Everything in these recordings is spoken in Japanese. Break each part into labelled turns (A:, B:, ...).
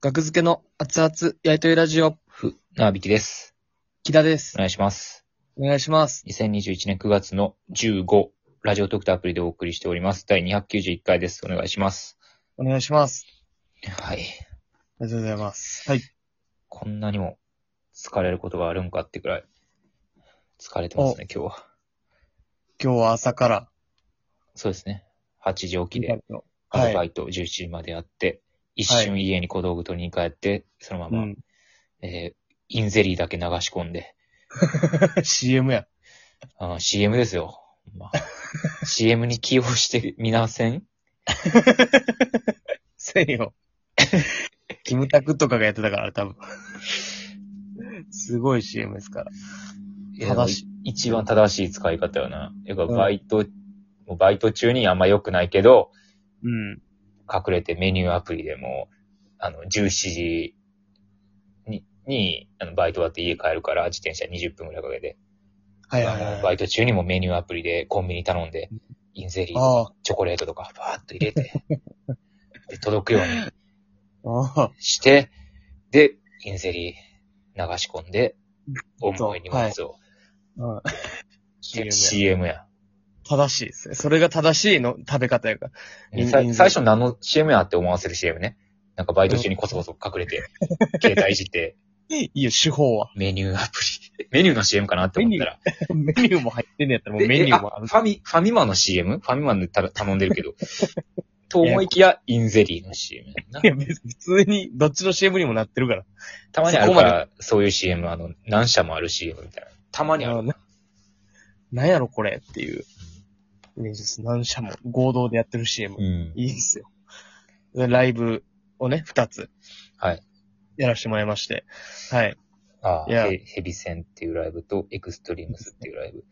A: 学付けの熱々やりとりラジオ、
B: ふ、なびきです。
A: 木田です
B: お。願いします。
A: お願いします。
B: 2021年9月の15、ラジオトークターアプリでお送りしております。第291回です。お願いします。
A: お願いします。
B: は
A: あ
B: い。
A: りがとうございます。はい。
B: こんなにも疲れることがあるんかってくらい、疲れてますね、今日は。
A: 今日は朝から。
B: そうですね。8時起きで、ア
A: は
B: ルバ
A: い。
B: イト17時までやって、一瞬家に小道具取りに帰って、そのま
A: う
B: ま、
A: ん。
B: えーインゼリーだけ流し込んで、
A: CM や。
B: あー CM ですよ。ほんま CM に起用してみません
A: せよ。 キムタクとかがやってたから、多分。すごい CM ですから。
B: いやでも
A: 正し
B: 一番正しい使い方よな。やっぱ
A: うん
B: バイト、もうバイト中にあんま良くないけど、
A: うん。
B: 隠れてメニューアプリでも、あの、17時に、にあのバイト終わって家帰るから、自転車20分ぐらいかけて、
A: はいはい
B: あの
A: は
B: バ
A: い。
B: イト中にもメニューアプリでコンビニ頼んで、インゼリー、
A: ああ。
B: チョコレートとか、バーっと入れて、 で届くように
A: ああ。
B: して、で、インゼリー流し込んで、重い荷物を。
A: うん
B: で
A: CM や
B: CM や。
A: 正しいですね。それが正しいの食べ方やから。イン
B: さ
A: イン
B: 最初何の CM やって思わせる CM ね。なんかバイト中にこそこそ隠 れて、携帯いじって、
A: いいよ、手法は。
B: メニューアプリ。 メニューの CM かなって思ったら。
A: メニューも入ってんねやったら、もうメニューもあ
B: えあ
A: る。。
B: ファミ、ファミマの CM? ファミマでた頼んでるけど。と思いきや、インゼリーの CM やんない
A: や、別に普通に、どっちの CM にもなってるから。
B: たまにある
A: そこ
B: か
A: まで
B: ら、そういう CM、あの、何社もある CM みたいな。たまにあ
A: あ
B: る。
A: のななんやろこれっていう。イメージです。何社も合同でやってる CM。
B: うん。
A: いいですよ。でライブをね、二つ
B: はい。
A: やらせてもらいまして。はい。
B: あ
A: いや
B: あ、へヘビ戦っていうライブと、エクストリームスっていうライブ。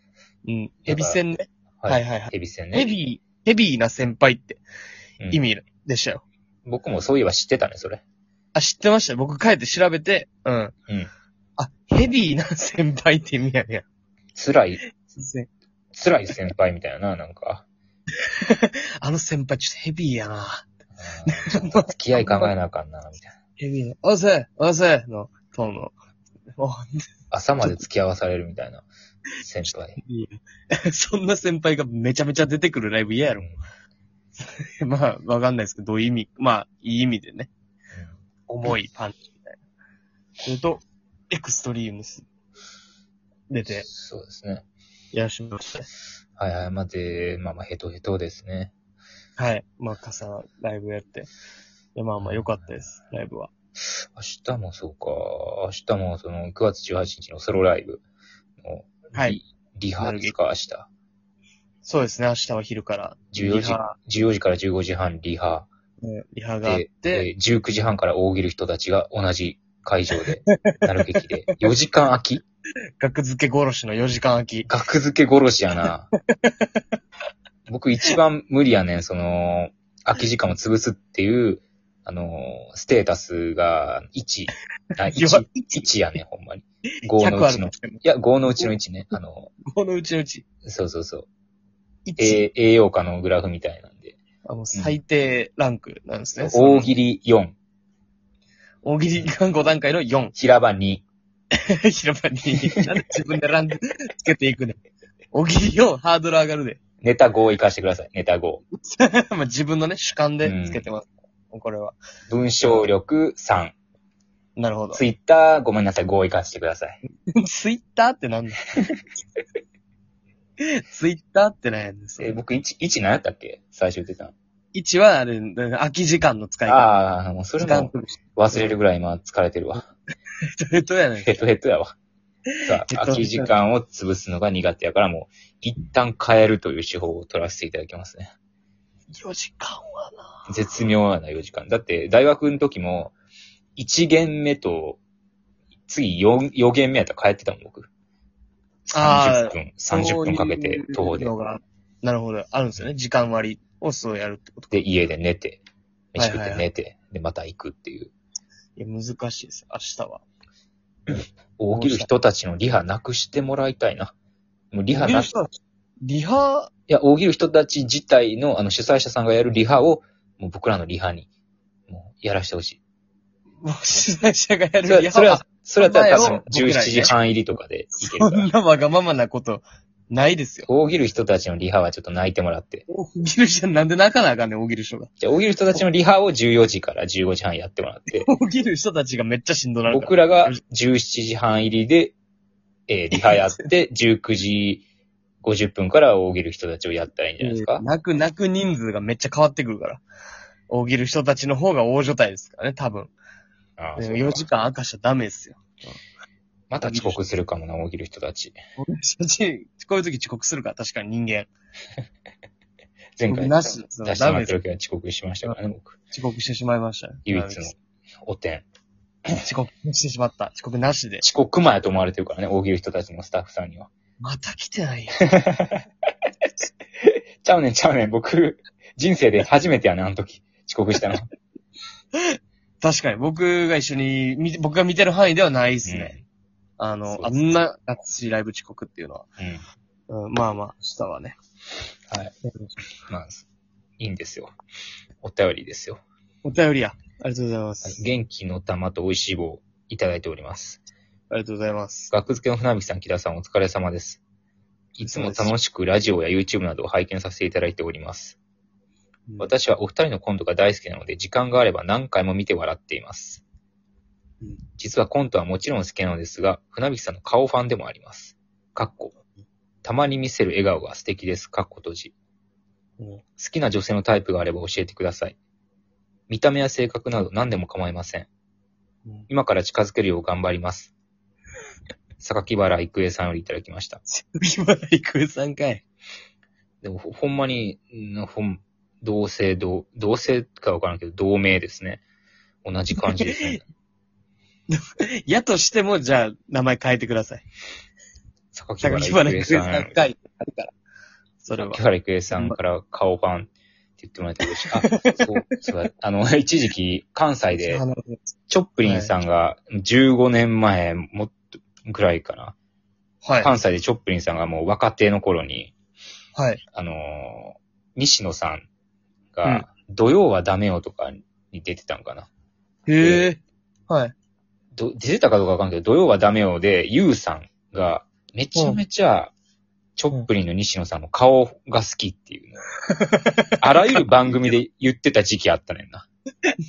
A: うん。ヘビ戦ね。はいはいはい
B: ヘビ戦ね。
A: ヘビー、ヘビーな先輩って
B: うん
A: 意。味でしたよ。
B: 僕もそういえば知ってたね、それ。
A: あ、知ってました僕帰って調べて、うん。
B: うん
A: あ、ヘビーな先輩って意味やねん。
B: 辛い、
A: 全然
B: 辛い先輩みたいな、な んか。
A: あの先輩ちょっとヘビーやな。
B: ちょっと付き合い考えなあかんな、みたいな。
A: ヘビーな。おせおせの、トーンの。お
B: 朝まで付き合わされるみたいな、先輩。
A: そんな先輩がめちゃめちゃ出てくるライブ 嫌やろ。 まあ、わかんないですけど、どういう意味、まあ、いい意味でね。重いパンチみたいな。それと、エクストリームス。出て、
B: でそうですね。
A: やらしましたね。
B: はいはい、まあで、まあまあ、ヘトヘトですね。
A: はい。まあ、重な、ライブやって。いや、まあまあ、良かったです。ライブは。
B: 明日もそうか、明日もその9月18日のソロライブの、
A: はい
B: リ。リハですか、明日。
A: そうですね、明日は昼から。
B: 14
A: リハ、
B: 時、14時から15時半リハ。
A: うんリハがあっ
B: で、
A: て、
B: で19時半から大喜利人たちが同じ会場で、なる劇で。4時 間空き
A: 学付け殺しの4時間空き。
B: 額付け殺し やな。僕一番無理やねん、その、空き時間を潰すっていう、あのー、ステータスが1。あ
A: 弱
B: 1,
A: い
B: 1やねん、ほんまに。5
A: 100
B: のう
A: あ
B: ち
A: る
B: の。い
A: としても。
B: や、5のうちの1ね。あの、
A: 5のうちのうち。
B: そうそうそう。
A: 1。
B: え栄養価のグラフみたいなんで。
A: あの、最低ランクなんですね。その
B: 大喜利4、
A: 大喜利が5段階の4。
B: 平場2。
A: 平場 に。なんで自分でランクつけていくねん。大喜利4、ハードル上がるで。
B: ネタ5行かしてください、ネタ5。
A: まあ自分のね、主観でつけてます。これは。
B: 文章力3。
A: なるほど。
B: ツイッター、ごめんなさい、5行かしてください。
A: ツイッターって なんだツイッターってなんやねんそ
B: えー
A: れ。
B: 僕1、1何やったっけ最終出たの。
A: 1はあれ、空き時間の使い方。
B: ああ、もうそれ
A: 時
B: も
A: 間潰し
B: 忘れるぐらい今疲れてる わ。
A: てるとやねん。
B: ヘトヘトやわ。さあ、
A: ヘトヘト
B: 空き時間を潰すのが苦手やからもう、一旦変えるという手法を取らせていただきますね。
A: 4時間はな。
B: 絶妙やな4時間。だって、大学の時も、1限目と、次 4, 4限目やったら帰ってたもん、僕。
A: あ
B: 30分、30分かけて徒歩で
A: そういうの。がなるほど。あるんですよね。時間割をそうやるってことか。
B: で、家で寝て、飯食っ
A: はい
B: て
A: はいはい
B: 寝て、で、また行くっていう。
A: いや、難しいです。明日は。
B: 大喜利人たちのリハなくしてもらいたいな。もうリハなく
A: リハ、
B: いや、大喜利人たち自体の、あの、主催者さんがやるリハを、もう僕らのリハに、もう、やらしてほしい。
A: もう主催者がや
B: そ
A: る
B: れは、それは、それは多分
A: 前を
B: 17時半入りとかで行ける
A: そ
B: か
A: ん
B: ら。
A: なわがままなこと、ないですよ。
B: 大喜る人たちのリハはちょっと泣いてもらって。
A: 大喜利人なんで泣かなあかんねん、大喜利人が。
B: じゃあ、大喜る人たちのリハを14時から15時半やってもら って、
A: 大喜利人たちがめっちゃしんどなるから。
B: 僕らが17時半入りで、えーリハやって、19時50分から大喜る人たちをやったらいいんじゃないですか。
A: 泣く泣く人数がめっちゃ変わってくるから。大喜利人たちの方が大所帯ですからね、多分。
B: ああそうか
A: 4時間明かしちゃダメ ですよ。
B: また遅刻するかもな、大喜る人たち。
A: 私たち、こういう時遅刻するから、確かに人間。
B: 前回
A: な
B: 出
A: し
B: してもらった時は遅刻しましたからね、僕。
A: 遅刻してしまいましたね。
B: 唯一のお点。
A: 遅刻してしまった。遅刻なしで。
B: 遅刻前と思われてるからね、大喜る人たちのスタッフさんには。
A: また来てないよ。
B: ちゃうねん、ちゃうねん。僕、人生で初めてやねん、あの時。遅刻したの。
A: 確かに、僕が一緒に、み僕が見てる範囲ではないですね。あの
B: そ、う
A: あ
B: です
A: んながっつりライブ遅刻っていうのは。
B: うん。うん。
A: うん、まあまあ、下はね。
B: はい。まあ、いいんですよ。お便りですよ。
A: お便りや。ありがとうございま
B: はい
A: す。
B: 元気の玉と美味しい棒、いただいております。
A: ありがとうございます。
B: 学付けの船引さん、木田さん、お疲れ様です。いつも 楽しくラジオや YouTube などを拝見させていただいております。私はお二人のコントが大好きなので、時間があれば何回も見て笑っています
A: うん。
B: 実はコントはもちろん好きなのですが、船引さんの顔ファンでもあります。かっこ。たまに見せる笑顔が素敵です。かっこ閉じ。
A: うん
B: 好きな女性のタイプがあれば教えてください。見た目や性格など何でも構いません。
A: うん
B: 今から近づけるよう頑張 ります。榊原郁恵さんよりいただきました。
A: 杉原郁恵さんかい。
B: でもほほんまに、んほん、同性、同、同性かわからんけど、同名ですね。同じ感じです ね。
A: やとしても、じゃあ、名前変えてください。
B: 榊
A: だから、
B: 原
A: 原
B: 郁
A: 郁
B: 恵
A: 恵
B: さ
A: さ
B: ん。
A: んかい。あるから。それは
B: 榊。原郁恵さんから顔ファンって言ってもらって嬉しい。あ、 そう、そうだ、あの、一時期、関西で、チョップリンさんが15年前、もっとぐらいかな。
A: はい。
B: 関西でチョップリンさんがもう若手の頃に、
A: はい。
B: あのー西野さんが、土曜はダメよとかに出てたんかな。
A: へえ。はい。
B: ど出てたかどうかわかんないけど、土曜はダメよで、ゆうさんが、めちゃめちゃ、チョップリンの西野さんの顔が好きって いうのを、あらゆる番組で言ってた時期あったねんな。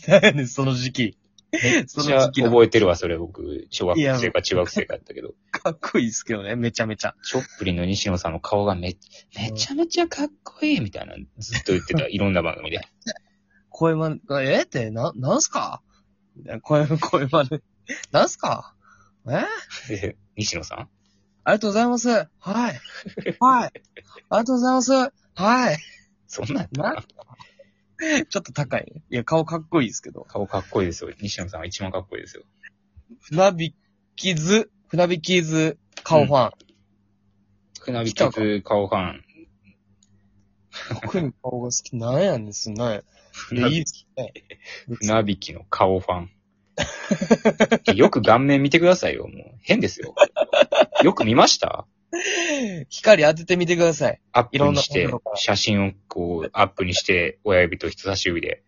A: 何やねんその時期。
B: めっち
A: その
B: ゃ
A: 時期だ
B: 覚えてるわ、それ僕。小学生か中学生かやったけど。
A: かっこいいですけどね、めちゃめちゃ。
B: チョップリンの西野さんの顔がめ、めちゃめちゃかっこいいみたいな、ずっと言って た、いろんな番組で。
A: 声まね、えって、な、なんすかみたいな声、声まね。なんすかえあり
B: で西野さん
A: がとうございます。はい。はい。ありがとうございます。はい。
B: そんなんやった
A: な
B: かな
A: ちょっと高いね。いや、顔かっこいいですけど。
B: 顔かっこいいですよ。西野さんが一番かっこいいですよ。
A: 船引き図、船引き図、顔ファン。
B: 船引き図顔ファン。
A: 特に顔が好きなんやねんすね。いや
B: 船
A: いい
B: 引
A: っすね。
B: 船引きの顔ファン。よく顔面見てくださいよ。もう変ですよ。よく見ました
A: 光当ててみてください。
B: アップにし
A: い
B: て
A: ろんなところから、
B: 写真をこう、アップにして、親指と人差し指で、で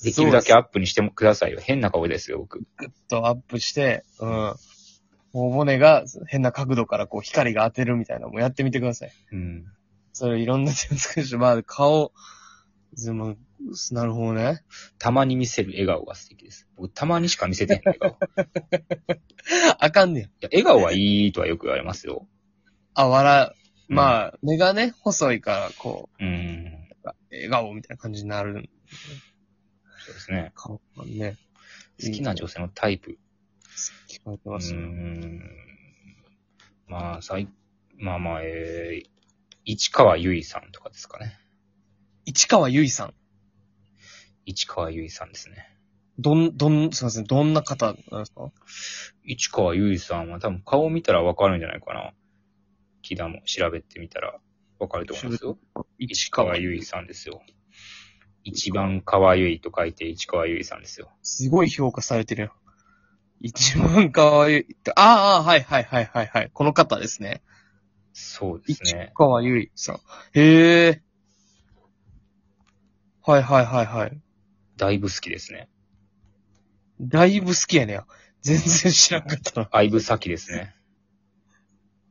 B: きる
A: そう
B: だ
A: です
B: けアップにしてもくださいよ。変な顔ですよ、僕。
A: とアップして、うん。頬骨が変な角度からこう光が当てるみたいなのもやってみてください。
B: うん。
A: それいろんな手を作るし、まあ顔、でも、なるほどね。
B: たまに見せる笑顔が素敵です。僕、たまにしか見せてへん笑顔。い
A: あかんねん。
B: や、笑顔はいいとはよく言われますよ。
A: あ、笑う。まあ、目がね、細いから、こ
B: うん。
A: う、笑顔みたいな感じになる
B: そうですね。
A: 顔がね。
B: 好きな女性のタイプ。
A: 聞こえて
B: う
A: ます
B: ー
A: よ。
B: んまあ、最、まあまあ、えー、市川由衣さんとかですかね。
A: 市川由衣さん。
B: 市川由衣さんですね。
A: どん、どん、すいません、どんな方なんですか
B: 市川由衣さんは多分顔見たらわかるんじゃないかな。木田も調べてみたらわかると思うんですよ。市川由衣さんですよ。一番川由衣と書いて市川由衣さんですよ。
A: すごい評価されてるよ。一番可愛いって。ああ、はいはいはいはいはい。この方ですね。
B: そうです
A: 市
B: ね。
A: 川由衣さん。へえ。はいはいはいはい。
B: だいぶ好きですね。
A: だいぶ好きやねや。全然知らんかったな。
B: 相武咲ですね。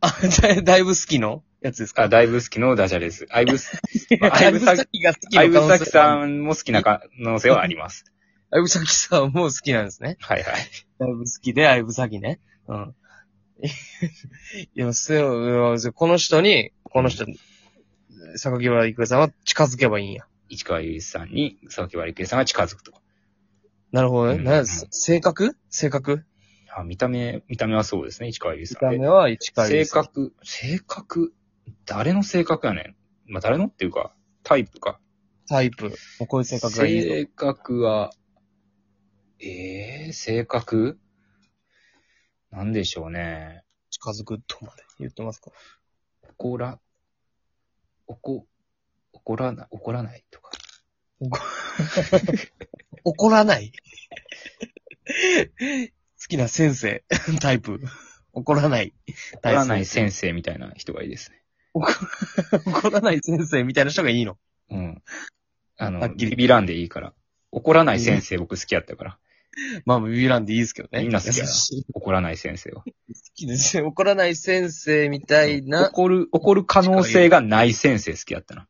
A: あ、だだいぶ好きのやつですか
B: あ、だいぶ好きのダジャレです。相 武、
A: だ
B: だ
A: い
B: い
A: ぶ
B: ぶ
A: 好
B: 先
A: きが好き
B: 相
A: の
B: 武
A: 可能
B: 咲
A: 性
B: さんも好きな可能性はあります。
A: あいぶさきさんも好きなんですね。
B: はいはい。
A: だいぶ好きで、あいぶさきね。うん。 いや、そううんこの人に、この人、榊原郁恵さんは近づけばいいんや。
B: 市川由衣さんに、榊原郁恵さんが近づくと。
A: なるほど
B: う
A: ね。
B: ん
A: なんか性格性格
B: あ見た目、見た目はそうですね、市川由
A: 見
B: 衣
A: た
B: さんで。
A: 目は市川由
B: 性
A: 衣さん。
B: 格、性格、誰の性格やねん。まあ、誰のっていうか、タイプか。
A: タイプ。もうこういう性格がいいの。
B: 性格は、ええー、性格なんでしょうね。
A: 近づくとまで言ってますか
B: 怒ら、怒、怒らない、怒らないとか。
A: 怒らない。好きな先生、タイプ。怒らない。
B: 怒らない
A: 先
B: 先生みたいな人がいいですね。
A: 生。怒らない先生みたいな人がいいの。
B: うん。あ
A: は
B: の、
A: っきり
B: ビビらんでいいから。怒らない先生僕好きやったから。
A: まあ、ビビらんでいいですけどね。
B: みんな好きや
A: 優
B: な
A: しい好
B: 怒らない先生は。
A: きですね。怒らない先生みたいな。
B: 怒る、怒る可能性がない先生好きやったな。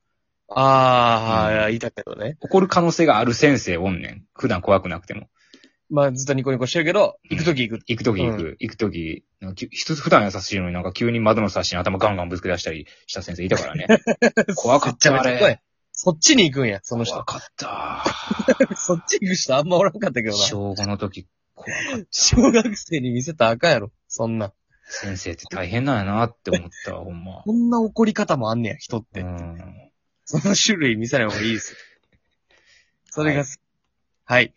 A: あ
B: うん
A: あ、いたけどね。
B: 怒る可能性がある先生おんねん。普段怖くなくても。
A: まあ、ずっとニコニコしてるけど、行くとき行く。
B: 行くとき行く、
A: う
B: 行くとき、なんかきひと普段優しいのになんか急に窓の差しに頭ガンガンぶつけ出したりした先生いたか らね。怖かった
A: めちゃめちゃ怖い
B: あれ
A: そっちに行くんや、その
B: 怖
A: 人。
B: かっ た。
A: そっちに行く人あんまおらんかったけどな。
B: 小5の時怖かった。
A: 小学生に見せたらあかんやろ。そんな。
B: 先生って大変なんやなって思った、ほんま。
A: こんな怒り方もあんねや、人って。
B: うん。
A: その種類見せない方がいいですよ。それが、はい。